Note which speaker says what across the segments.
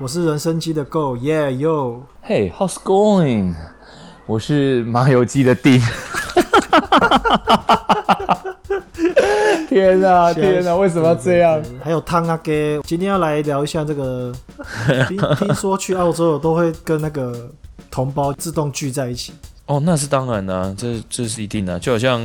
Speaker 1: 我是人生鸡的 Go，Yeah Yo，
Speaker 2: Hey，how's going？我是麻油鸡的丁。 天哪、天哪、为什么要这样？
Speaker 1: 还有汤阿给，今天要来聊一下这 个。听听说去澳洲都会跟那个同胞自动聚在一起，
Speaker 2: 哦，那是当然啦、这这是一定的、啊就好像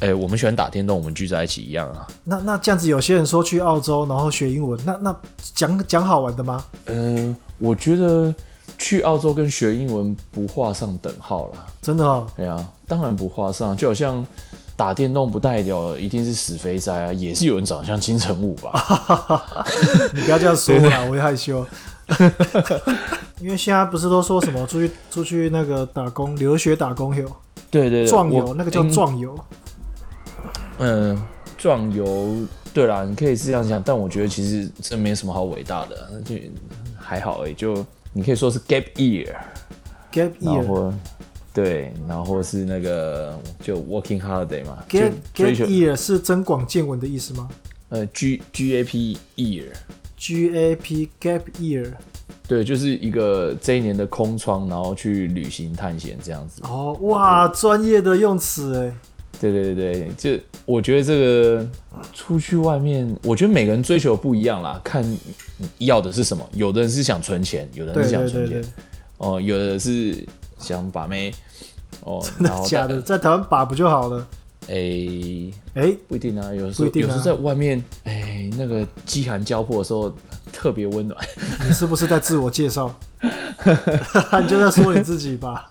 Speaker 2: 哎、我们喜欢打电动，我们聚在一起一样啊。
Speaker 1: 那那这样子，有些人说去澳洲然后学英文，那那讲讲好玩的吗？
Speaker 2: 嗯、我觉得去澳洲跟学英文不画上等号啦。
Speaker 1: 真的哦，
Speaker 2: 对啊，当然不画上，就好像打电动不代表一定是死肥宅啊，也是有人长得像金城武吧？
Speaker 1: 你不要这样说啦，我会害羞。因为现在不是都说什么出去出去那个打工留学打工有
Speaker 2: 对对对，
Speaker 1: 壮
Speaker 2: 我
Speaker 1: 游，那个叫
Speaker 2: 嗯
Speaker 1: 壮游，
Speaker 2: 嗯，壮游，对啦，你可以是这样想，但我觉得其实这没什么好伟大的，就还好诶、就你可以说是 gap year，
Speaker 1: gap
Speaker 2: 然后
Speaker 1: year。
Speaker 2: 或对，然后或是那个就 working holiday 嘛
Speaker 1: Get
Speaker 2: 就追
Speaker 1: Get
Speaker 2: 求
Speaker 1: year 是增广见闻的意思吗
Speaker 2: 呃 G G A P year，
Speaker 1: ？G A P Gap year
Speaker 2: 对，就是一个这一年的空窗，然后去旅行探险这样子。
Speaker 1: 哦，哇，专业的用词哎，
Speaker 2: 对对对对，就我觉得这个出去外面，我觉得每个人追求不一样啦，看你要的是什么。有的人是想存钱，有的人
Speaker 1: 对
Speaker 2: 是想
Speaker 1: 对
Speaker 2: 存
Speaker 1: 对
Speaker 2: 钱
Speaker 1: 对，，
Speaker 2: 哦、有的是想把妹，哦、
Speaker 1: 真
Speaker 2: 然
Speaker 1: 的
Speaker 2: 后
Speaker 1: 假的？？在台湾把不就好了？
Speaker 2: 诶、
Speaker 1: 哎，
Speaker 2: 不一定啊，有时
Speaker 1: 不
Speaker 2: 候、
Speaker 1: 一定啊
Speaker 2: 有时候在外面，哎、那个饥寒交迫的时候 特别温暖。
Speaker 1: 你是不是在自我介绍？ 你就在说你自己吧。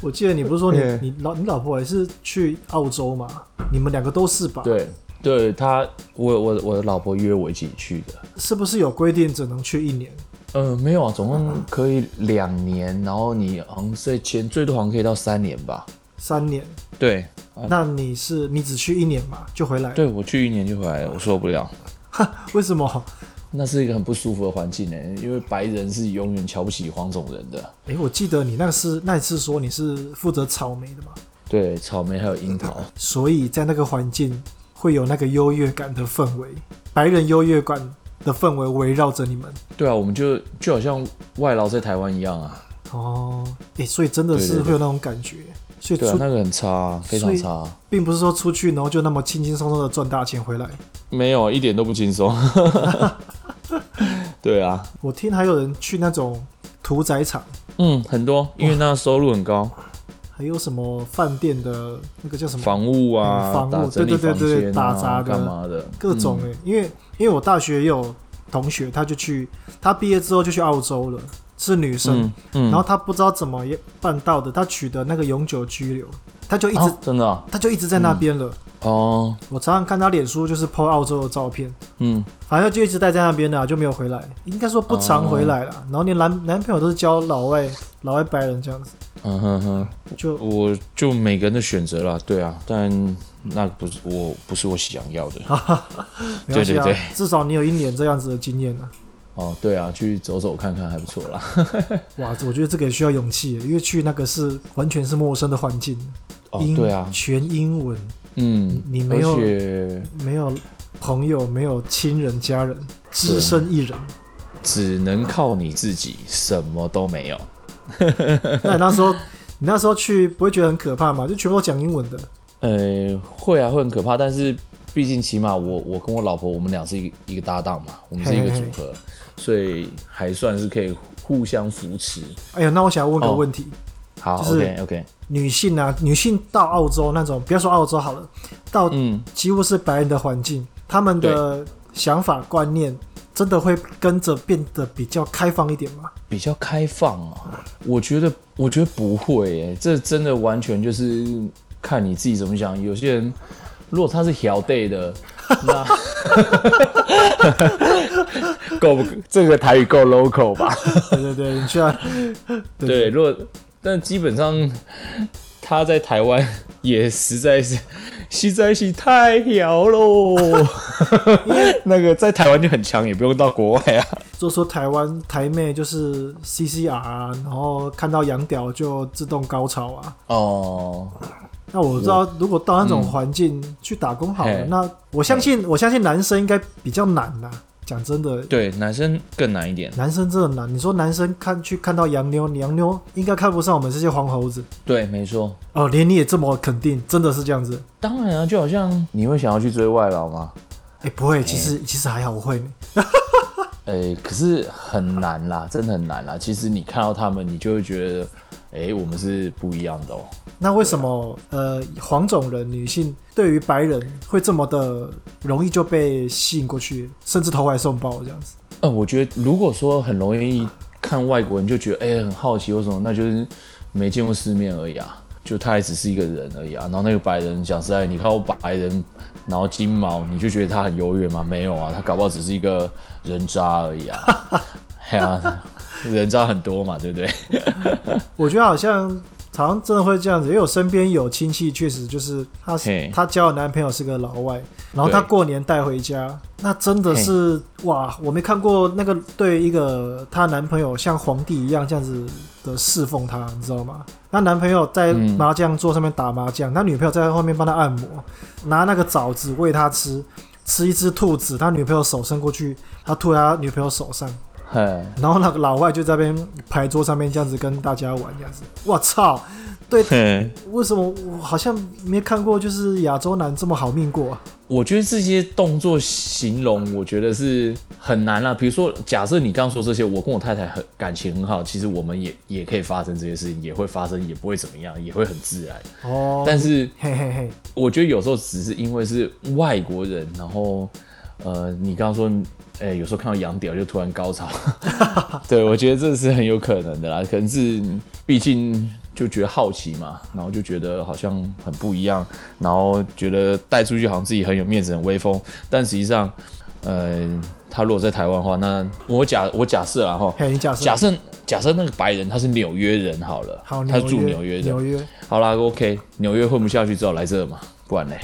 Speaker 1: 我记得你不是说你
Speaker 2: 对
Speaker 1: 你老你老婆也是去澳洲嘛？你们两个都是吧？，
Speaker 2: 对，对他，我我我的老婆约我一起去的。
Speaker 1: 是不是有规定只能去一年？
Speaker 2: 呃，没有啊，总共可以两年，然后你好像最前最多好像可以到三年吧。
Speaker 1: 三年？
Speaker 2: 对，啊
Speaker 1: 那你是你只去一年嘛，就回来？
Speaker 2: 对我去一年就回来了，我受不了。
Speaker 1: 为什么？
Speaker 2: 那是一个很不舒服的环境呢、因为白人是永远瞧不起黄种人的。
Speaker 1: 哎，我记得你那是那一次说你是负责草莓的嘛？
Speaker 2: 对，草莓还有樱桃，
Speaker 1: 所以在那个环境会有那个优越感的氛围，白人优越感的氛围围绕着你们。
Speaker 2: 对啊，我们就就好像外劳在台湾一样啊，
Speaker 1: 哦，诶，所以真的
Speaker 2: 对
Speaker 1: 是
Speaker 2: 对对
Speaker 1: 会有那种感觉，所以
Speaker 2: 对啊
Speaker 1: 出，
Speaker 2: 那个很差啊、非常差啊、
Speaker 1: 并不是说出去然后就那么轻轻松松的赚大钱回来。
Speaker 2: 没有，
Speaker 1: 啊
Speaker 2: 一点都不轻松。 对啊，
Speaker 1: 我听还有人去那种屠宰场，
Speaker 2: 嗯，很多，因为那收入很高，
Speaker 1: 还有什么饭店的那个叫什么
Speaker 2: 房屋
Speaker 1: 嗯
Speaker 2: 啊，
Speaker 1: 房屋
Speaker 2: 打整理
Speaker 1: 对对
Speaker 2: 房
Speaker 1: 对对
Speaker 2: 间
Speaker 1: 打杂
Speaker 2: 啊，
Speaker 1: 的
Speaker 2: 干嘛的，
Speaker 1: 各种
Speaker 2: 嗯
Speaker 1: 诶，因为因为我大学也有同学，他就去，他毕业之后就去澳洲了，是女生。
Speaker 2: 嗯嗯，
Speaker 1: 然后他不知道怎么也办到的，他取得那个永久居留，他就一直、
Speaker 2: 哦真的啊
Speaker 1: 他就一直在那边了。
Speaker 2: 哦，
Speaker 1: 我常常看他脸书就是 PO 澳洲的照片，
Speaker 2: 嗯，
Speaker 1: 反正就一直待在那边的、啊就没有回来，应该说不常回来
Speaker 2: 哦
Speaker 1: 了。然后连男男朋友都是交老外老外白人这样子，
Speaker 2: 嗯哼哼，
Speaker 1: 就
Speaker 2: 我就每个人的选择啦，对啊，但那不是我不是我想要的。
Speaker 1: 啊没关系啊
Speaker 2: 对对，
Speaker 1: 至少你有一年这样子的经验啊。
Speaker 2: 哦，对啊，去走走看看还不错啦。
Speaker 1: 哇，我觉得这个也需要勇气耶，因为去那个是完全是陌生的环境，
Speaker 2: 哦，
Speaker 1: 英
Speaker 2: 对啊，
Speaker 1: 全英文，
Speaker 2: 嗯，
Speaker 1: 你没有
Speaker 2: 而且
Speaker 1: 没有朋友，没有亲人家人，只身一人。
Speaker 2: 只能靠你自己，什么都没有。
Speaker 1: 那你那时候，你那时候去不会觉得很可怕吗？就全部都讲英文的，
Speaker 2: 呃，会啊，会很可怕，但是毕竟起码我我跟我老婆，我们俩是一个一个搭档嘛，我们是一个
Speaker 1: 嘿嘿
Speaker 2: 组合，所以还算是可以互相扶持。
Speaker 1: 哎呀，那我想问个
Speaker 2: 哦
Speaker 1: 问题：
Speaker 2: 好、
Speaker 1: 就是
Speaker 2: o k OK，
Speaker 1: 女性啊，女性到澳洲那种，不要说澳洲好了，到
Speaker 2: 嗯，
Speaker 1: 几乎是白人的环境，他们的想法观念真的会跟着变得比较开放一点 吗？
Speaker 2: 比较开放啊，我觉得我觉得不会耶，这真的完全就是看你自己怎么想。有些人如果他是调 day 的，那 够不这个台语够 local 吧？
Speaker 1: 对对对，你居然对
Speaker 2: 对，如果但基本上他在台湾也实在是实在是太屌喽。 那个在台湾就很强，也不用到国外啊。
Speaker 1: 就说台湾台妹就是 CCR，啊、然后看到洋屌就自动高潮啊。
Speaker 2: 哦，
Speaker 1: 那我知道，如果到那种环境去打工好了，
Speaker 2: 嗯嘿
Speaker 1: 那我相信，我相信男生应该比较难呐、啊讲真的，
Speaker 2: 对，男生更难一点。
Speaker 1: 男生真的难。你说男生看去看到洋妞，洋妞应该看不上我们这些黄猴子
Speaker 2: 对，没错。
Speaker 1: 哦。连你也这么肯定，真的是这样子？
Speaker 2: 当然啊，就好像你会想要去追外劳吗？
Speaker 1: 哎，不会，其实其实还好，我会。
Speaker 2: 诶，可是很难啦，真的很难啦。其实你看到他们，你就会觉得，诶，我们是不一样的哦。
Speaker 1: 那为什么呃黄种人女性对于白人会这么的容易就被吸引过去，甚至投怀送抱这样子？
Speaker 2: 呃，我觉得如果说很容易看外国人就觉得，诶，很好奇为什么，那就是没见过世面而已啊。就他也只是一个人而已啊。然后那个白人，讲实在，你看我白人，然后金毛，你就觉得他很优越吗？没有啊，他搞不好只是一个人渣而已 啊。哎呀、人渣很多嘛，对不对？
Speaker 1: 我觉得好像好像真的会这样子，因为我身边有亲戚确实就是她
Speaker 2: 嘿
Speaker 1: 她交的男朋友是个老外，然后她
Speaker 2: 对
Speaker 1: 过年带回家，那真的是哇，我没看过那个对一个她男朋友像皇帝一样这样子的侍奉她，你知道吗？那男朋友在
Speaker 2: 嗯
Speaker 1: 麻将桌上面打麻将，那女朋友在后面帮他按摩，拿那个枣子喂他吃，吃一只兔子，他女朋友手伸过去，他吐在他女朋友手上，
Speaker 2: 嘿。
Speaker 1: 然后那个老外就在那边牌桌上面这样子跟大家玩这样子，我操！对，
Speaker 2: 嘿
Speaker 1: 为什么我好像没看过就是亚洲男这么好命过、啊？
Speaker 2: 我觉得这些动作形容，我觉得是很难啦。比如说，假设你刚说这些，我跟我太太很感情很好，其实我们也也可以发生这些事情，也会发生，也不会怎么样，也会很自然。
Speaker 1: 哦，
Speaker 2: 但是
Speaker 1: 嘿嘿嘿，
Speaker 2: 我觉得有时候只是因为是外国人，然后呃，你刚刚说，哎、有时候看到洋屌就突然 高潮，对我觉得这是很有可能的啦，可能是毕竟就觉得好奇嘛，然后就觉得好像很不一样，然后觉得带出去好像自己很有面子、很威风，但实际上，呃，他如果在台湾的话，那我假我假设啦哈，
Speaker 1: 嘿，你假设
Speaker 2: 假设假设那个白人他是纽约人好了，
Speaker 1: 好，
Speaker 2: 他是住
Speaker 1: 纽
Speaker 2: 纽约的
Speaker 1: 纽，约。
Speaker 2: 好啦，OK，纽约混不下去，只好来这嘛，不然嘞，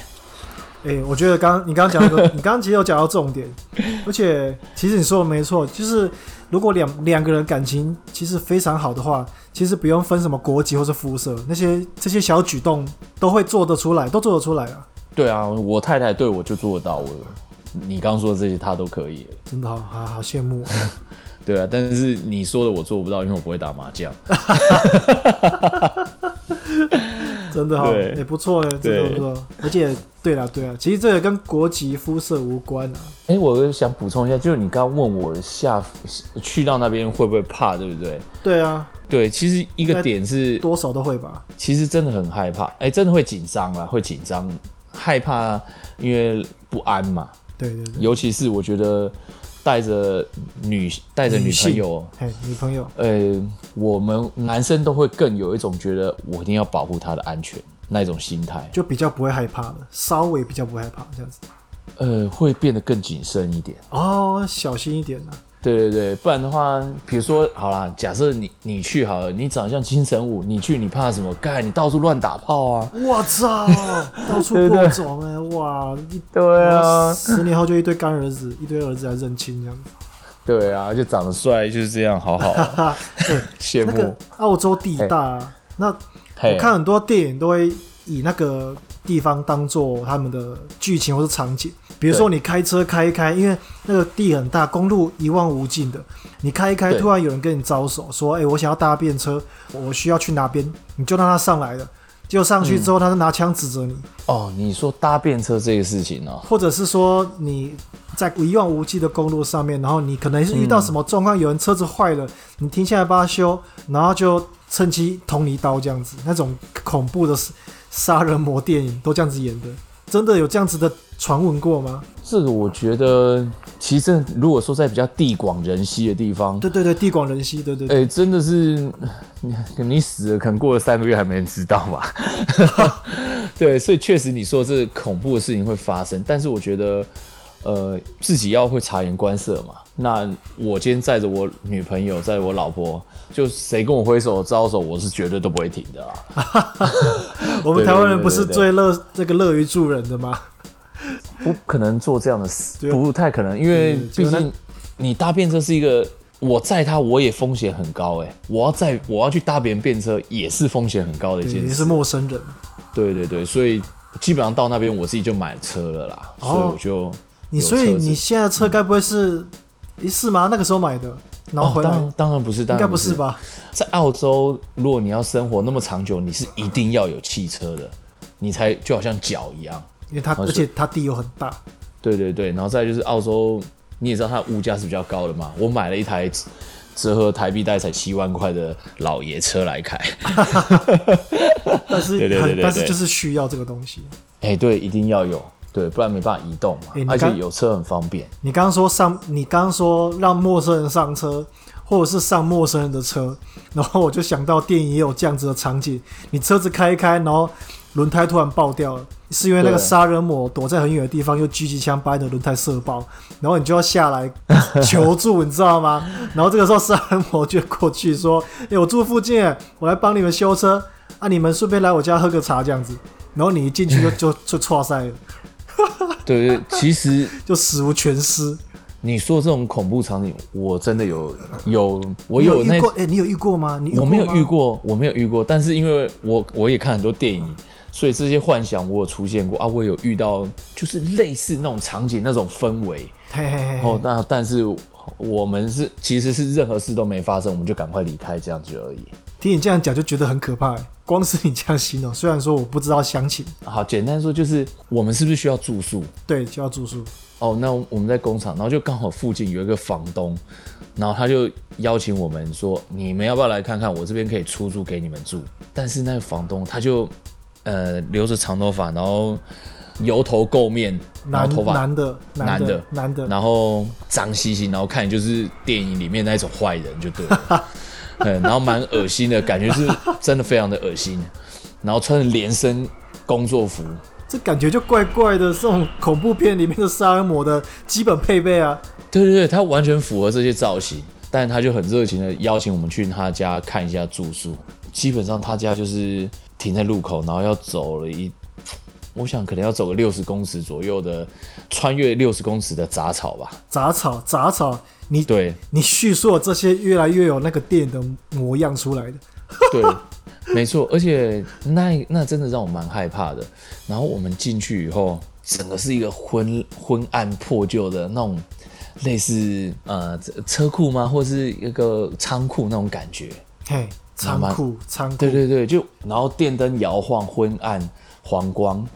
Speaker 1: 哎、我觉得刚你刚刚讲到，你刚刚其实有讲到重点，而且其实你说的没错，就是如果两两个人感情其实非常好的话，其实不用分什么国籍或是肤色，那些这些小举动都会做得出来，都做得出来啊，
Speaker 2: 对啊，我太太对我就做得到，我你刚说的这些她都可以了，
Speaker 1: 真的好好好羡慕、啊。
Speaker 2: 对啊，但是你说的我做不到，因为我不会打麻 将。
Speaker 1: 真的哈、也、
Speaker 2: 对
Speaker 1: 不错呢，真的
Speaker 2: 对
Speaker 1: 不错。而且，对啦，对啦，啊其实这个跟国籍、肤色无关啊。
Speaker 2: 哎、我想补充一下，就是你刚问我下去到那边会不会怕，对不对？
Speaker 1: 对啊，
Speaker 2: 对，其实一
Speaker 1: 那
Speaker 2: 个点是，
Speaker 1: 多少都会吧。
Speaker 2: 其实真的很害怕，哎、真的会紧张啦，会紧张，害怕，因为不安嘛。
Speaker 1: 对对对，
Speaker 2: 尤其是我觉得带着女带着女朋友，哦
Speaker 1: 嘿，女朋友，
Speaker 2: 呃，我们男生都会更有一种觉得我一定要保护她的安全那一种心态，
Speaker 1: 就比较不会害怕了，稍微比较不会害怕这样子。
Speaker 2: 呃，会变得更谨慎一点。
Speaker 1: 哦，小心一点啊。
Speaker 2: 对对对，不然的话，比如说好啦，假设你你去好了，你长相金城武，你去你怕什么？干，你到处乱打炮啊！
Speaker 1: 我操， 到处播种哎、哇！一
Speaker 2: 对啊
Speaker 1: 十年后就一堆干儿子，一堆儿子来认亲这样子。
Speaker 2: 对啊，就长得帅就是这样，好好 啊
Speaker 1: 哈，对，
Speaker 2: 羡
Speaker 1: 那个
Speaker 2: 慕。
Speaker 1: 澳洲地大、啊，那
Speaker 2: 嘿
Speaker 1: 我看很多电影都会以那个地方当做他们的剧情或是场景。比如说你开车开一开，因为那个地很大，公路一望无尽的，你开一开，
Speaker 2: 对
Speaker 1: 突然有人跟你招手说：“哎、我想要搭便车，我需要去哪边？”你就让他上来了。结果上去之后，他就拿枪指着你，
Speaker 2: 哦，你说搭便车这个事情哦，
Speaker 1: 或者是说你在一望无际的公路上面，然后你可能是遇到什么状况，有人车子坏了，你停下来帮他修，然后就趁机捅你一刀这样子，那种恐怖的杀杀人魔电影都这样子演的，真的有这样子的传闻过吗？
Speaker 2: 这个我觉得，其实真的如果说在比较地广人稀的地方，
Speaker 1: 对对对，地广人稀，对对
Speaker 2: 哎、
Speaker 1: 对，
Speaker 2: 真的是你你死了，可能过了三个月还没人知道吧？ 对，所以确实你说这恐怖的事情会发生，但是我觉得，呃，自己要会察言观色嘛。那我今天载着我女朋友，载着我老婆，就谁跟我挥手招手，我是绝对都不会停的啊啦。
Speaker 1: 我们
Speaker 2: 对
Speaker 1: 台湾
Speaker 2: 对
Speaker 1: 人
Speaker 2: 对
Speaker 1: 不是
Speaker 2: 对
Speaker 1: 最乐这个乐于助人的吗？
Speaker 2: 不可能做这样的事，
Speaker 1: 对啊
Speaker 2: 不太可能，因为
Speaker 1: 嗯
Speaker 2: 毕
Speaker 1: 就那
Speaker 2: 竟你搭便车是一个，我载他我也风险很高哎、我要载我要去搭别人便车也是风险很高的一
Speaker 1: 对，
Speaker 2: 件
Speaker 1: 也
Speaker 2: 事
Speaker 1: 是，陌生人，
Speaker 2: 对对对，所以基本上到那边我自己就买车了啦，
Speaker 1: 哦
Speaker 2: 所以我就
Speaker 1: 你
Speaker 2: 有
Speaker 1: 所以
Speaker 2: 车子
Speaker 1: 你现在的车该不会是一四吗？那个时候买的，然后
Speaker 2: 哦，
Speaker 1: 回来、
Speaker 2: 当然当然不是，
Speaker 1: 应
Speaker 2: 当
Speaker 1: 该
Speaker 2: 然
Speaker 1: 不
Speaker 2: 是
Speaker 1: 是？吧？
Speaker 2: 在澳洲，如果你要生活那么长久，你是一定要有汽车的，你才就好像脚一样。
Speaker 1: 因为它
Speaker 2: 像
Speaker 1: 而
Speaker 2: 是
Speaker 1: 且它地又很大，
Speaker 2: 对对对，然后再就是澳洲，你也知道它的物价是比较高的嘛。我买了一台折合台币大概才七万块的老爷车来开，
Speaker 1: 但是很
Speaker 2: 对对对对
Speaker 1: 但是
Speaker 2: 对
Speaker 1: 就是需要这个东西。啊
Speaker 2: 哎，对，一定要有，对，不然没办法移动嘛
Speaker 1: 哎。你
Speaker 2: 而且
Speaker 1: 刚
Speaker 2: 有车很方便，
Speaker 1: 你刚刚说上，你刚刚说让陌生人上车，或者是上陌生人的车，然后我就想到电影也有这样子的场景，你车子开一开，然后轮胎突然爆掉了，是因为那个
Speaker 2: 对
Speaker 1: 杀人魔躲在很远的地方用狙击枪把你的轮胎射爆，然后你就要下来 求助，你知道吗？然后这个时候杀人魔就过去说：“哎、我住附近，我来帮你们修车啊，你们顺便来我家喝个茶这样子。”然后你一进去就就就错赛了，
Speaker 2: 对对，其实
Speaker 1: 就死无全尸。
Speaker 2: 你说这种恐怖场景，我真的有有，我
Speaker 1: 你
Speaker 2: 有那
Speaker 1: 遇过？哎、你有遇过吗？你
Speaker 2: 我没有遇
Speaker 1: 过
Speaker 2: 过，我没有遇过，但是因为我我也看很多电影，所以这些幻想我有出现过啊，我有遇到就是类似那种场景那种氛围，
Speaker 1: 吗。嘿嘿嘿，
Speaker 2: 哦，那但是我们是其实是任何事都没发生，我们就赶快离开这样子而已。
Speaker 1: 听你这样讲就觉得很可怕、哎光是你这样形容，虽然说我不知道详情，
Speaker 2: 好，简单说就是我们是不是需要住宿？
Speaker 1: 对，就要住宿。
Speaker 2: 哦，那我们在工厂，然后就刚好附近有一个房东，然后他就邀请我们说，你们要不要来看看？我这边可以出租给你们住。但是那个房东他就呃留着长头发，然后油头垢面，然后
Speaker 1: 男
Speaker 2: 头发
Speaker 1: 男的，男
Speaker 2: 男的
Speaker 1: 男的，
Speaker 2: 然后脏兮兮，然后看你就是电影里面那种坏人就 对了，嗯，然后蛮恶心的感觉是真的非常的恶心，然后穿着连身工作服，
Speaker 1: 这感觉就怪怪的。这种恐怖片里面的杀人魔的基本配备啊，
Speaker 2: 对对对，他完全符合这些造型，但他就很热情的邀请我们去他家看一下住宿，基本上他家就是停在路口，然后要走了一。我想可能要走个六十公尺左右的，穿越六十公尺的杂草吧。
Speaker 1: 杂草，杂草。你
Speaker 2: 对，
Speaker 1: 你叙述的这些越来越有那个电影的模样出来的。
Speaker 2: 对， 没错，而且那那真的让我蛮害怕的。然后我们进去以后，整个是一个昏昏暗破旧的那种，类似呃车车库吗，或是一个仓库那种感觉。
Speaker 1: 嘿，仓
Speaker 2: 那蛮
Speaker 1: 库，仓库
Speaker 2: 对，对对，就然后电灯摇晃、昏暗、黄光，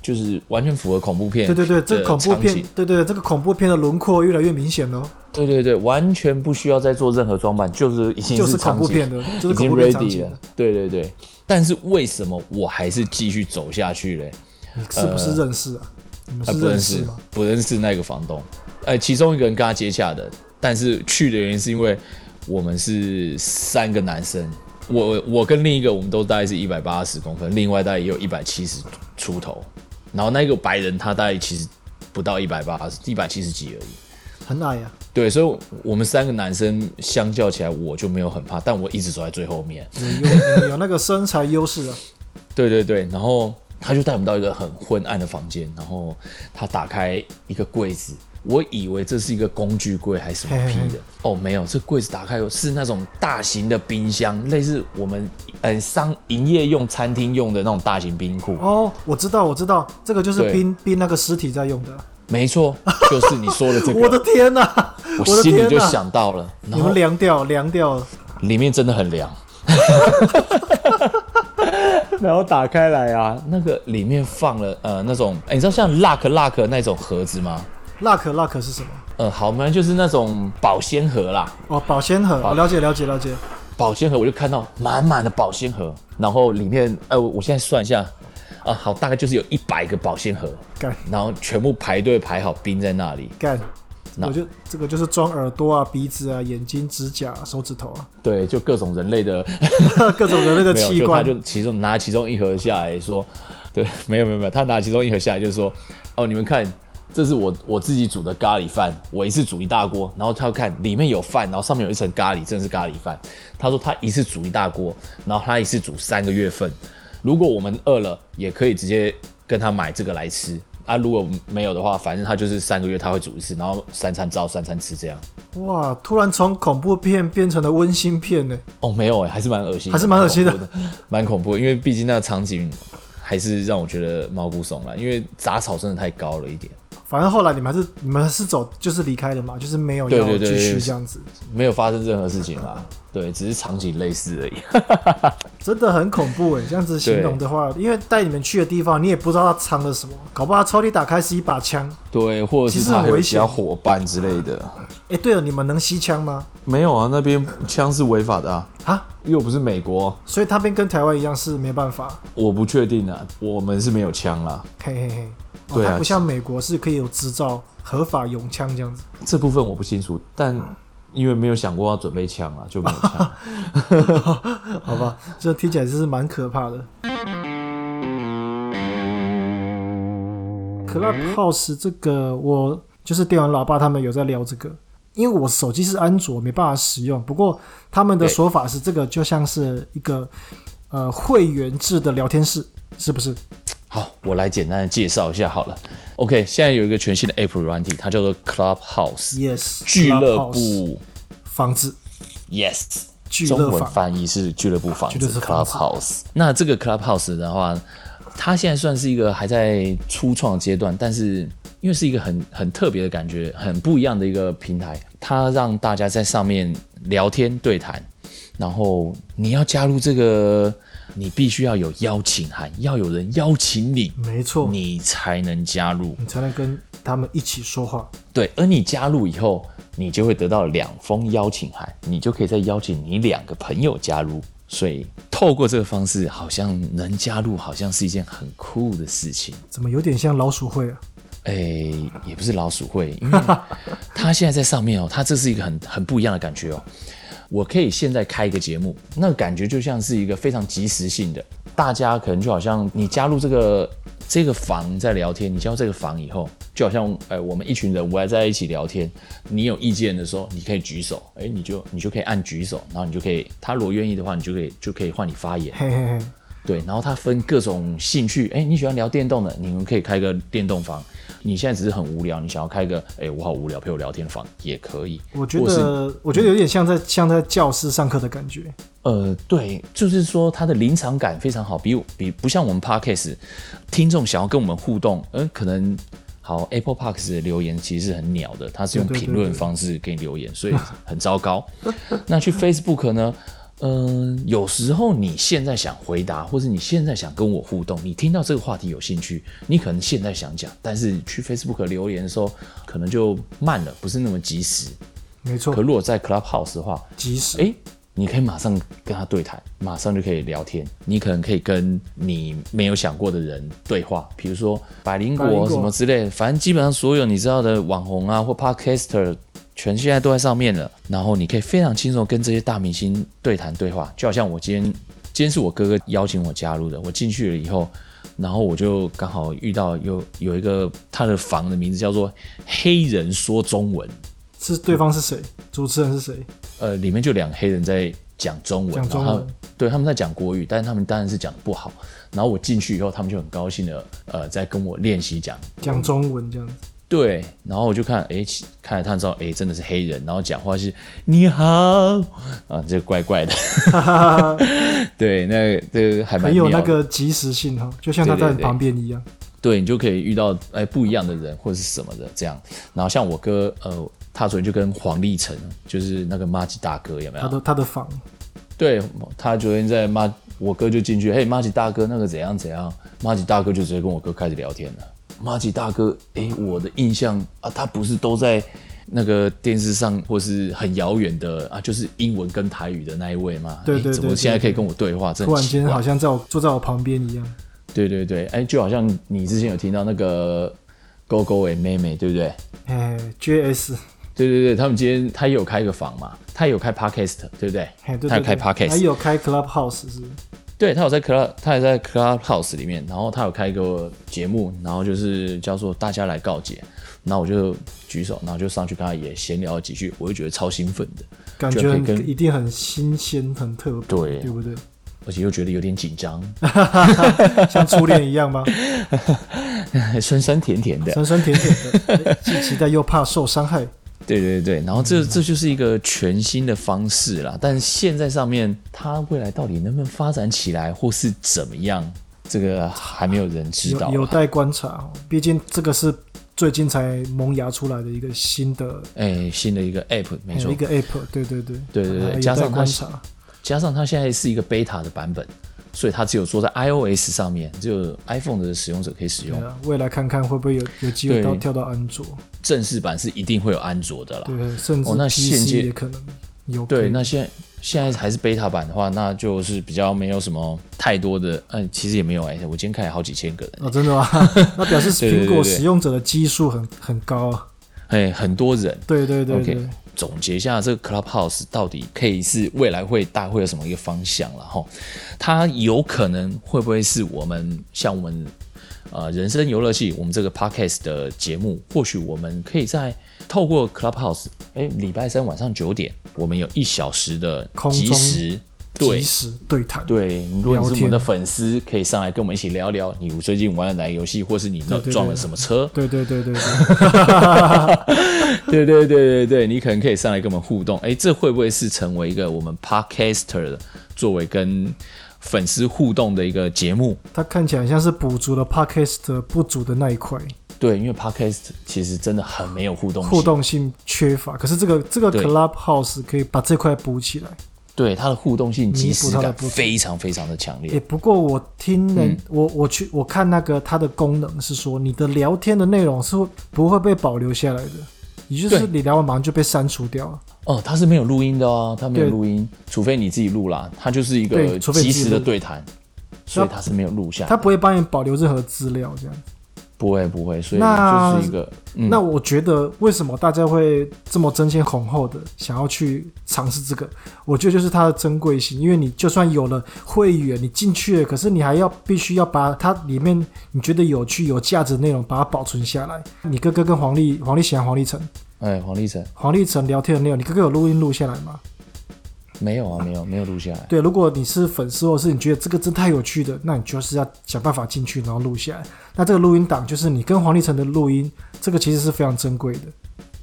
Speaker 2: 就是完全符合恐怖片
Speaker 1: 对对对，这
Speaker 2: 的
Speaker 1: 个恐怖
Speaker 2: 场
Speaker 1: 片
Speaker 2: 景，
Speaker 1: 对对对，这个恐怖片的轮廓越来越明显了哦，
Speaker 2: 对对对，完全不需要再做任何装扮，就是已经
Speaker 1: 就是
Speaker 2: 场
Speaker 1: 恐怖
Speaker 2: 景
Speaker 1: 片的，就
Speaker 2: 已
Speaker 1: 是恐
Speaker 2: 经
Speaker 1: 怖片场景
Speaker 2: ready
Speaker 1: 的
Speaker 2: 了。。对对对，但是为什么我还是继续走下去嘞？
Speaker 1: 你是不是认识啊？你们
Speaker 2: 啊
Speaker 1: 是
Speaker 2: 呃不认
Speaker 1: 认识
Speaker 2: 识
Speaker 1: 吗？，
Speaker 2: 不认识那个房东。呃，其中一个人跟他接洽的，但是去的原因是因为我们是三个男生，我我跟另一个我们都大概是一百八十公分，另外大概也有一百七十出头。然后那个白人他大概其实不到一百八，一百七十几而已。
Speaker 1: 很矮啊，
Speaker 2: 对，所以我们三个男生相较起来，我就没有很怕，但我一直走在最后面。
Speaker 1: 有有 有那个身材优势啊。
Speaker 2: 对对对，然后他就带我们到一个很昏暗的房间，然后他打开一个柜子，我以为这是一个工具柜还是什么屁
Speaker 1: 嘿嘿
Speaker 2: 的，哦，没有，这柜子打开有是那种大型的冰箱，类似我们呃商营业用餐厅用的那种大型冰库，
Speaker 1: 哦，我知道，我知道，这个就是
Speaker 2: 对
Speaker 1: 冰冰那个尸体在用的啊。
Speaker 2: 没错，就是你说的这个，
Speaker 1: 我的天哪、我
Speaker 2: 我
Speaker 1: 的
Speaker 2: 心里
Speaker 1: 天
Speaker 2: 就
Speaker 1: 哪、
Speaker 2: 想到了，然
Speaker 1: 你
Speaker 2: 后
Speaker 1: 们凉掉，凉掉了。
Speaker 2: 里面真的 很凉。然后打开来啊，那个里面放了呃那种，哎，你知道像 Luck Luck 那种盒子吗？
Speaker 1: 辣可辣可是什么？
Speaker 2: 呃，好，我们就是那种保鲜盒啦，
Speaker 1: 哦，保鲜盒，我了解，了解，了解。
Speaker 2: 保鲜盒我就看到满满的保鲜盒，然后里面，呃，我我现在算一下，啊、好，大概就是有一百个保鲜盒，
Speaker 1: 干
Speaker 2: 然后全部排队排好冰在那里，
Speaker 1: 干，
Speaker 2: 那
Speaker 1: 我就这个就是装耳朵啊、鼻子啊、眼睛、指甲、手指头啊，
Speaker 2: 对，就各种人类的
Speaker 1: 各种人类的
Speaker 2: 没有，
Speaker 1: 器
Speaker 2: 就他
Speaker 1: 官。
Speaker 2: 就其中拿其中一盒下来说，对， 没有没有没有，他拿其中一盒下来就是说，哦，你们看，这是我我自己煮的咖喱饭，我一次煮一大锅，然后他看里面有饭，然后上面有一层咖喱，真的是咖喱饭。他说他一次煮一大锅，然后他一次煮三个月份。如果我们饿了，也可以直接跟他买这个来吃。啊，如果没有的话，反正他就是三个月他会煮一次，然后三餐照三餐吃这样。
Speaker 1: 哇，突然从恐怖片变成了温馨片呢、
Speaker 2: 哦，没有哎、还是蛮恶心的，
Speaker 1: 还是蛮恶心的
Speaker 2: 蛮恐怖的，蛮恐怖的因为毕竟那个场景还是让我觉得毛骨悚然，因为杂草真的太高了一点。
Speaker 1: 反正后来你们还是你们是走就是离开了嘛，就是没有
Speaker 2: 对
Speaker 1: 要
Speaker 2: 对对
Speaker 1: 继续
Speaker 2: 对
Speaker 1: 这样子，
Speaker 2: 没有发生任何事情啦。对，只是场景类似而已。
Speaker 1: 真的很恐怖哎、这样子形容的话，因为带你们去的地方，你也不知道它藏了什么，搞不好它抽屉打开是一把枪。
Speaker 2: 对，或者
Speaker 1: 其
Speaker 2: 是
Speaker 1: 实
Speaker 2: 他
Speaker 1: 很
Speaker 2: 还有
Speaker 1: 危
Speaker 2: 其他
Speaker 1: 险
Speaker 2: 伙伴之类的。
Speaker 1: 哎、对了，你们能吸枪吗？
Speaker 2: 没有啊，那边枪是违法的啊，
Speaker 1: 啊，
Speaker 2: 又不是美国，
Speaker 1: 所以他边跟台湾一样是没办法。
Speaker 2: 我不确定啊，我们是没有枪啦。
Speaker 1: 嘿嘿嘿，哦、
Speaker 2: 对啊
Speaker 1: 它不像美国是可以有执照、合法用枪这样子。
Speaker 2: 这部分我不清楚，但因为没有想过要准备枪啊，就没有枪。
Speaker 1: 好吧，这听起来真是蛮可怕的。Clubhouse 这个，我就是电玩老爸他们有在聊这个，因为我手机是安卓，没办法使用。不过他们的
Speaker 2: 对
Speaker 1: 说法是，这个就像是一个呃会员制的聊天室，是不是？
Speaker 2: 好，我来简单的介绍一下好了。OK，现在有一个全新的 App 软体，它叫做 Clubhouse
Speaker 1: Yes，
Speaker 2: 俱乐
Speaker 1: Clubhouse
Speaker 2: 部。
Speaker 1: 房子，
Speaker 2: Yes，
Speaker 1: 俱
Speaker 2: 中
Speaker 1: 乐
Speaker 2: 文
Speaker 1: 房
Speaker 2: 翻译是俱乐部房
Speaker 1: 俱
Speaker 2: 子
Speaker 1: 乐部房子
Speaker 2: Clubhouse。那这个 Clubhouse 的话，它现在算是一个还在初创阶段，但是因为是一个很很特别的感觉，很不一样的一个平台，它让大家在上面聊天对谈。然后你要加入这个，你必须要有邀请函，要有人邀请你，
Speaker 1: 没错，你
Speaker 2: 你才能加入。
Speaker 1: 才能跟他们一起说话。
Speaker 2: 对，而你加入以后，你就会得到两封邀请函，你就可以再邀请你两个朋友加入。所以透过这个方式，好像能加入，好像是一件很酷的事情。
Speaker 1: 怎么有点像老鼠会啊？
Speaker 2: 哎，也不是老鼠会，因为他现在在上面哦，他这是一个很很不一样的感觉哦。我可以现在开一个节目，那个感觉就像是一个非常即时性的，大家可能就好像你加入这个这个房在聊天，你加入这个房以后，就好像哎我们一群人围在一起聊天，你有意见的时候，你可以举手，哎你就你就可以按举手，然后你就可以他如果愿意的话，你就可以就可以换你发言。
Speaker 1: 嘿嘿嘿，
Speaker 2: 对，然后它分各种兴趣，哎，你喜欢聊电动的，你们可以开个电动房。你现在只是很无聊，你想要开个，哎，我好无聊，陪我聊天房也可以。
Speaker 1: 我觉
Speaker 2: 或是
Speaker 1: 得，我觉得有点像在像在教室上课的感觉。
Speaker 2: 呃，对，就是说它的临场感非常好，比比不像我们 podcast 听众想要跟我们互动，嗯、可能好 Apple Parks 的留言其实是很鸟的，它是用
Speaker 1: 对对对
Speaker 2: 评论方式给你留言，所以很糟糕。那去 Facebook 呢？嗯、有时候你现在想回答，或者你现在想跟我互动，你听到这个话题有兴趣，你可能现在想讲，但是去 Facebook 留言的时候，可能就慢了，不是那么及时。
Speaker 1: 没错
Speaker 2: 可，如果在 Clubhouse 的话，
Speaker 1: 即时。
Speaker 2: 诶，你可以马上跟他对谈，马上就可以聊天。你可能可以跟你没有想过的人对话，比如说百灵
Speaker 1: 百灵
Speaker 2: 果
Speaker 1: 果
Speaker 2: 什么之类的，反正基本上所有你知道的网红啊或 podcaster，全现在都在上面了。然后你可以非常轻松地跟这些大明星对谈对话，就好像我今天，今天是我哥哥邀请我加入的，我进去了以后。然后我就刚好遇到有有一个他的房的名字叫做黑人说中文，
Speaker 1: 是对方是谁？主持人是谁？
Speaker 2: 呃，里面就两个黑人在讲中文，
Speaker 1: 讲中文
Speaker 2: 然后对他们在讲国语，但是他们当然是讲得不好。然后我进去以后，他们就很高兴的呃在跟我练习讲，
Speaker 1: 讲中文这样子。
Speaker 2: 对，然后我就看诶，其看了他之后，诶，真的是黑人，然后讲话是你好啊，这怪 怪的，对，那个这个还蛮
Speaker 1: 很有
Speaker 2: 妙
Speaker 1: 那
Speaker 2: 的
Speaker 1: 个即时性哈，就像他在
Speaker 2: 对对
Speaker 1: 你
Speaker 2: 对
Speaker 1: 旁边一样。
Speaker 2: 对你就可以遇到哎不一样的人或者是什么的这样。然后像我哥呃，他昨天就跟黄立成，就是那个马吉大哥有没有
Speaker 1: 他？的他的房，
Speaker 2: 对他昨天在骂我哥就进去，嘿，马吉大哥那个怎样怎样，马吉大哥就直接跟我哥开始聊天了。马吉大哥，诶，我的印象啊，他不是都在那个电视上或是很遥远的啊，就是英文跟台语的那一位吗？
Speaker 1: 对
Speaker 2: 诶
Speaker 1: 对对
Speaker 2: 怎么
Speaker 1: 对
Speaker 2: 现在可以跟我对话？这
Speaker 1: 突然
Speaker 2: 很奇
Speaker 1: 间
Speaker 2: 怪
Speaker 1: 好像在我坐在我旁边一样。
Speaker 2: 对对对，哎，就好像你之前有听到那个勾勾诶妹妹，对不对？
Speaker 1: 哎，JS，
Speaker 2: 对对对，他们今天他也有开个房嘛，他也有开 podcast，对不对？
Speaker 1: 哎，对
Speaker 2: 他
Speaker 1: 对
Speaker 2: 有开
Speaker 1: 对，
Speaker 2: podcast，
Speaker 1: 还有开 Clubhouse 是不是
Speaker 2: 对他有在 Club，他也在 Clubhouse 里面，然后他有开一个节目，然后就是叫做大家来告解，然后我就举手，然后就上去跟他也闲聊了几句，我就觉得超兴奋的，
Speaker 1: 感
Speaker 2: 居然
Speaker 1: 觉
Speaker 2: 可以跟
Speaker 1: 一定很新鲜、很特别，
Speaker 2: 对
Speaker 1: 对不对？
Speaker 2: 而且又觉得有点紧 张，
Speaker 1: 像初恋一样 吗？
Speaker 2: 啊酸酸甜甜的，
Speaker 1: 酸酸甜甜的，既期待又怕受伤害。
Speaker 2: 对对对，然后这这就是一个全新的方式啦，但现在上面它未来到底能不能发展起来，或是怎么样，这个还没有人知道啊
Speaker 1: 有有
Speaker 2: 啦。
Speaker 1: 待观察哦，毕竟这个是最近才萌芽出来的一个新的呃
Speaker 2: 哎，新的一个 app，没错
Speaker 1: 一，个 app，对对对
Speaker 2: 对对对
Speaker 1: 还有
Speaker 2: 加上
Speaker 1: 待
Speaker 2: 它
Speaker 1: 观察，
Speaker 2: 加上它现在是一个 beta 的版本，所以它只有做在 iOS 上面，只有 iPhone 的使用者可以使用
Speaker 1: 对。啊，未来看看会不会有有机会
Speaker 2: 对
Speaker 1: 到跳到安卓，
Speaker 2: 正式版是一定会有安卓的啦。
Speaker 1: 对，甚至
Speaker 2: 哦那现
Speaker 1: PC
Speaker 2: 阶
Speaker 1: 也可能有可
Speaker 2: 对，
Speaker 1: 能
Speaker 2: 那现在现在还是 beta 版的话，那就是比较没有什么太多的，嗯，其实也没有哎、我今天看了好几千个人，
Speaker 1: 哦，真 的吗？那表示
Speaker 2: 对
Speaker 1: 苹
Speaker 2: 对
Speaker 1: 果
Speaker 2: 对对
Speaker 1: 使用者的基数很很高啊。
Speaker 2: 哎、很多人。
Speaker 1: 对对对
Speaker 2: OK，
Speaker 1: 对，
Speaker 2: 总结一下这个 Clubhouse 到底可以是未来会大会有什么一个方向了哈？吼它有可能会不会是我们像我们呃人生游乐器我们这个 Podcast 的节目，或许我们可以在透过 Clubhouse，哎、礼拜三晚上九点，我们有一小时的
Speaker 1: 空
Speaker 2: 即
Speaker 1: 中
Speaker 2: 时对
Speaker 1: 即时对谈，
Speaker 2: 对，如果你是我
Speaker 1: 聊天
Speaker 2: 们的粉丝，可以上来跟我们一起聊聊你最近玩了哪个游戏，或是你
Speaker 1: 对对
Speaker 2: 撞了什么车。
Speaker 1: 对对对对 对，
Speaker 2: 对对对对对，你可能可以上来跟我们互动。哎，这会不会是成为一个我们 podcaster 的作为跟粉丝互动的一个节目？
Speaker 1: 它看起来像是补足了 podcast 不足的那一块，
Speaker 2: 对，因为 podcast 其实真的很没有互动性，
Speaker 1: 互动性缺乏。可是这个这个
Speaker 2: 对
Speaker 1: Clubhouse 可以把这块补起来。
Speaker 2: 对它的互动性即
Speaker 1: 嗯
Speaker 2: 时
Speaker 1: 弥补它的
Speaker 2: 感
Speaker 1: 不足
Speaker 2: 非常非常的强
Speaker 1: 也
Speaker 2: 烈。
Speaker 1: 不过我听
Speaker 2: 嗯
Speaker 1: 人，我我去我看那个它的功能是说，你的聊天的内容是会不会被保留下来的，也就是
Speaker 2: 对
Speaker 1: 你聊完马上就被删除掉了。
Speaker 2: 哦，它是没有录音的哦，它没有
Speaker 1: 对
Speaker 2: 录音，除非你自己录啦，它就是一个
Speaker 1: 对除非你
Speaker 2: 即
Speaker 1: 自己
Speaker 2: 时的
Speaker 1: 录
Speaker 2: 对谈，所以它是没有录下来
Speaker 1: 它
Speaker 2: 的。
Speaker 1: 不会帮你保留任何资料这样。
Speaker 2: 不会不会，所以
Speaker 1: 那
Speaker 2: 就是一个嗯。
Speaker 1: 那我觉得为什么大家会这么争先恐后的想要去尝试这个？我觉得就是它的珍贵性，因为你就算有了会员，你进去了，可是你还要必须要把它里面你觉得有趣、有价值的内容把它保存下来。你哥哥跟黄丽、黄丽贤、黄丽成、
Speaker 2: 哎，黄立成
Speaker 1: 黄丽成聊天的内容，你哥哥有录音录下来吗？
Speaker 2: 没有啊，没有没有录下来。
Speaker 1: 对，如果你是粉丝，或是你觉得这个真太有趣的，那你就是要想办法进去，然后录下来。那这个录音档就是你跟黄立成的录音，这个其实是非常珍贵的。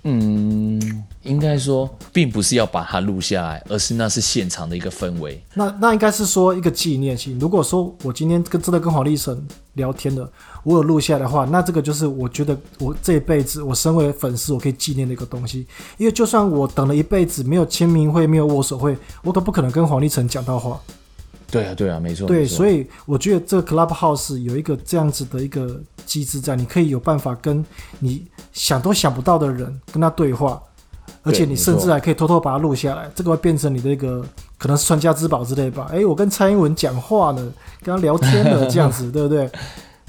Speaker 2: 嗯，应该说，并不是要把它录下来，而是那是现场的一个氛围。
Speaker 1: 那那应该是说一个纪念性。如果说我今天跟真的跟黄立成聊天了，我有录下来的话，那这个就是我觉得我这一辈子我身为粉丝我可以纪念的一个东西。因为就算我等了一辈子没有签名会、没有握手会，我可不可能跟黄立成讲到话？
Speaker 2: 对啊，对啊，没错。
Speaker 1: 对，
Speaker 2: 以
Speaker 1: 所以我觉得这个 Clubhouse 有一个这样子的一个机制在，你可以有办法跟你想都想不到的人跟他对话，而且
Speaker 2: 对
Speaker 1: 你
Speaker 2: 没
Speaker 1: 甚至
Speaker 2: 错
Speaker 1: 还可以偷偷把它录下来，这个会变成你的一个可能是传家之宝之类吧。诶，我跟蔡英文讲话呢，跟他聊天呢，这样子对不对？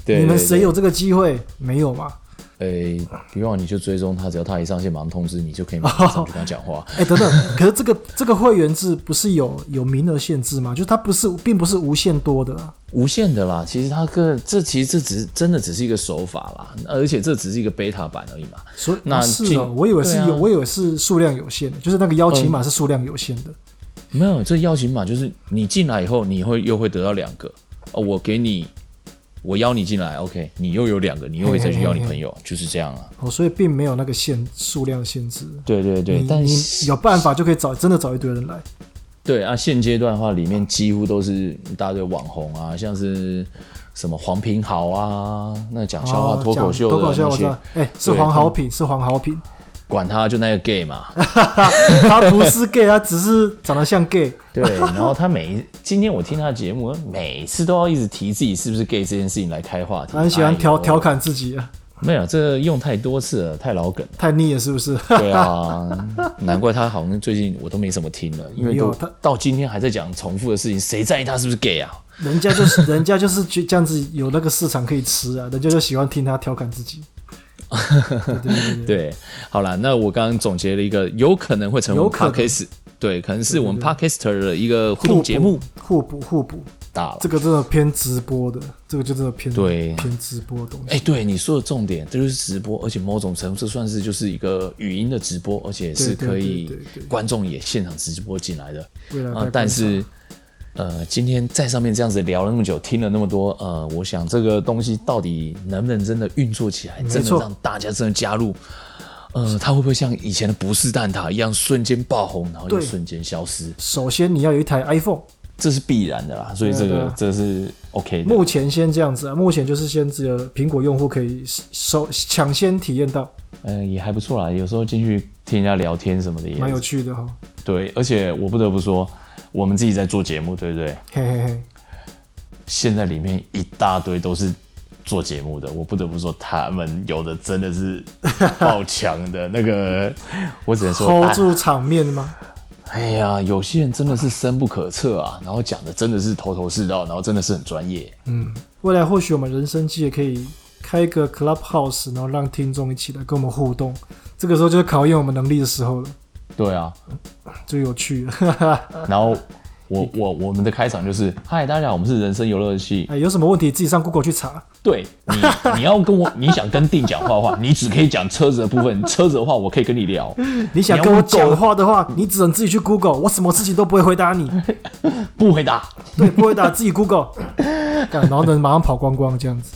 Speaker 2: 对
Speaker 1: 你们谁？有这个机会？没有嘛？
Speaker 2: 对对哎，比方你就追踪他，只要他一上线，马上通知你，就可以马上去跟他 讲话。
Speaker 1: 哎，等等，可是这个这个会员制不是有有名额限制吗？就是它不是并不是无限多的啊。
Speaker 2: 无限的啦，其实他个这其实这只是真的只是一个手法啦，而且这只是一个 beta 版而已嘛。
Speaker 1: 所以
Speaker 2: 那
Speaker 1: 啊是
Speaker 2: 进
Speaker 1: 哦，我以为是
Speaker 2: 对啊嗯
Speaker 1: 有，我以为是数量有限的，就是那个邀请码是数量有限的。
Speaker 2: 没有，这邀请码就是你进来以后，你会又会得到两个。哦，我给你，我邀你进来，OK，你又有两个，你又会再去邀你朋友，就是这样啊。
Speaker 1: 哦，所以并没有那个限数量限制。
Speaker 2: 对对对
Speaker 1: 你，
Speaker 2: 但
Speaker 1: 你
Speaker 2: 是
Speaker 1: 有办法就可以找真的找一堆人来。
Speaker 2: 对啊，现阶段的话，里面几乎都是一大堆网红啊，像是什么黄品豪啊，那讲笑话
Speaker 1: 哦
Speaker 2: 脱口秀
Speaker 1: 讲脱口
Speaker 2: 的
Speaker 1: 秀
Speaker 2: 那
Speaker 1: 我知
Speaker 2: 些
Speaker 1: 道，，哎，是
Speaker 2: 对嗯
Speaker 1: 黄
Speaker 2: 他
Speaker 1: 好
Speaker 2: 们
Speaker 1: 品，是黄好品，
Speaker 2: 管他就那个 gay 嘛，
Speaker 1: 他不是 gay，他只是长得像 gay。
Speaker 2: 对。然后他每一今天我听他的节目，每次都要一直提自己是不是 gay 这件事情来开话题，
Speaker 1: 他很喜欢
Speaker 2: 哎
Speaker 1: 调
Speaker 2: 呦
Speaker 1: 调，侃自己啊，
Speaker 2: 没有这用太多次了，太老梗了。
Speaker 1: 太腻了是不是？
Speaker 2: 对啊， 难怪他好像最近我都没什么听了，因为
Speaker 1: 没有
Speaker 2: 都
Speaker 1: 他
Speaker 2: 到今天还在讲重复的事情，谁在意他是不是 gay 啊？
Speaker 1: 人家就是人家就是去这样子有那个市场可以吃啊，人家就喜欢听他调侃自己。对对对对，
Speaker 2: 对，好啦，那我刚刚总结了一个有可能会成为
Speaker 1: 有可能嗯
Speaker 2: podcast，对，可能是我们 podcaster 的一个互动节目
Speaker 1: 互补互补，
Speaker 2: 大了
Speaker 1: 这。个真的偏直播的，这个就真的偏
Speaker 2: 对
Speaker 1: 偏直播的东西。
Speaker 2: 哎、对你说的重点，这就是直播，而且某种程度这算是就是一个语音的直播，而且是
Speaker 1: 对对
Speaker 2: 可
Speaker 1: 对
Speaker 2: 以
Speaker 1: 对对
Speaker 2: 观众也现场直播进来的。
Speaker 1: 未来再
Speaker 2: 啊、
Speaker 1: 观察
Speaker 2: 但是呃，今天在上面这样子聊了那么久，听了那么多，呃，我想这个东西到底能不能真的运作起来，真的
Speaker 1: 错
Speaker 2: 让大家真的加入？呃，它会不会像以前的不是蛋挞一样瞬间爆红，然后又
Speaker 1: 对
Speaker 2: 瞬间消失？
Speaker 1: 首先你要有一台 iPhone，
Speaker 2: 这是必然的啦，所以这
Speaker 1: 对啊对
Speaker 2: 个
Speaker 1: 啊
Speaker 2: 这是 OK 的。
Speaker 1: 目前先这样子啊，目前就是先只有苹果用户可以首抢先体验到，
Speaker 2: 嗯，也还不错啦，有时候进去听人家聊天什么的也
Speaker 1: 蛮有趣的哈。
Speaker 2: 对，而且我不得不说，我们自己在做节目，对不对？
Speaker 1: 嘿嘿嘿，
Speaker 2: 现在里面一大堆都是做节目的，我不得不说，他们有的真 的是爆强的那个，我只能说，
Speaker 1: ，hold
Speaker 2: 哎
Speaker 1: 住场面吗？
Speaker 2: 哎呀，有些人真的是深不可测啊，然后讲的真的是头头是道，然后真的是很专业。
Speaker 1: 未来或许我们人生季也可以开一个 Clubhouse，然后让听众一起来跟我们互动。这个时候就是考验我们能力的时候了，
Speaker 2: 对啊，
Speaker 1: 最有趣了。
Speaker 2: 然后我我我们的开场就是，嗨，大家好，我们是人生游乐器。
Speaker 1: 哎，有什么问题自己上 Google 去查。
Speaker 2: 对你， 你要跟我，你想跟定讲话的话，你只可以讲车子的部分，车子的话我可以跟你聊。
Speaker 1: 你想
Speaker 2: 你要
Speaker 1: 跟我
Speaker 2: 问狗
Speaker 1: 讲话的话，你只能自己去 Google，我什么事情都不会回答你。
Speaker 2: 不回答。
Speaker 1: 对，不会打 自己 Google，干然后人马上跑光光这样子。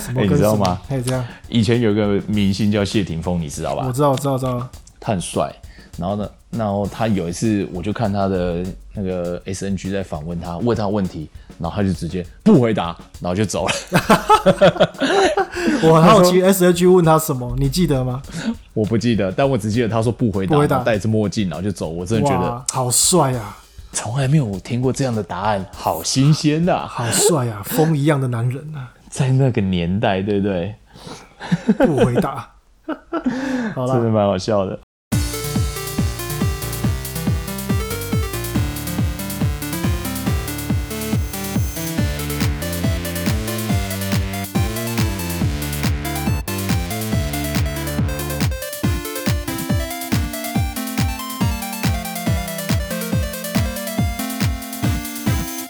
Speaker 1: 什么
Speaker 2: 哎
Speaker 1: 跟
Speaker 2: 你知道
Speaker 1: 什么
Speaker 2: 吗？
Speaker 1: 哎，这样
Speaker 2: 以前有个明星叫谢霆锋，你知道吧
Speaker 1: 我？知道，我知道，我知道。
Speaker 2: 他很帅。然后呢，然后他有一次，我就看他的那个 S N G 在访问他，问他问题，然后他就直接不回答，然后就走了。
Speaker 1: 我很好奇 S H 问他什么，你记得吗？
Speaker 2: 我不记得，但我只记得他说不回答，
Speaker 1: 不回答
Speaker 2: 然后戴着墨镜，然后就走。我真的觉得
Speaker 1: 哇，好帅啊呀、
Speaker 2: 从来没有听过这样的答案，好新鲜呐、
Speaker 1: 好帅呀、 风一样的男人啊！
Speaker 2: 在那个年代，对不对？
Speaker 1: 不回答。好
Speaker 2: 真的
Speaker 1: 了，
Speaker 2: 蛮好笑的。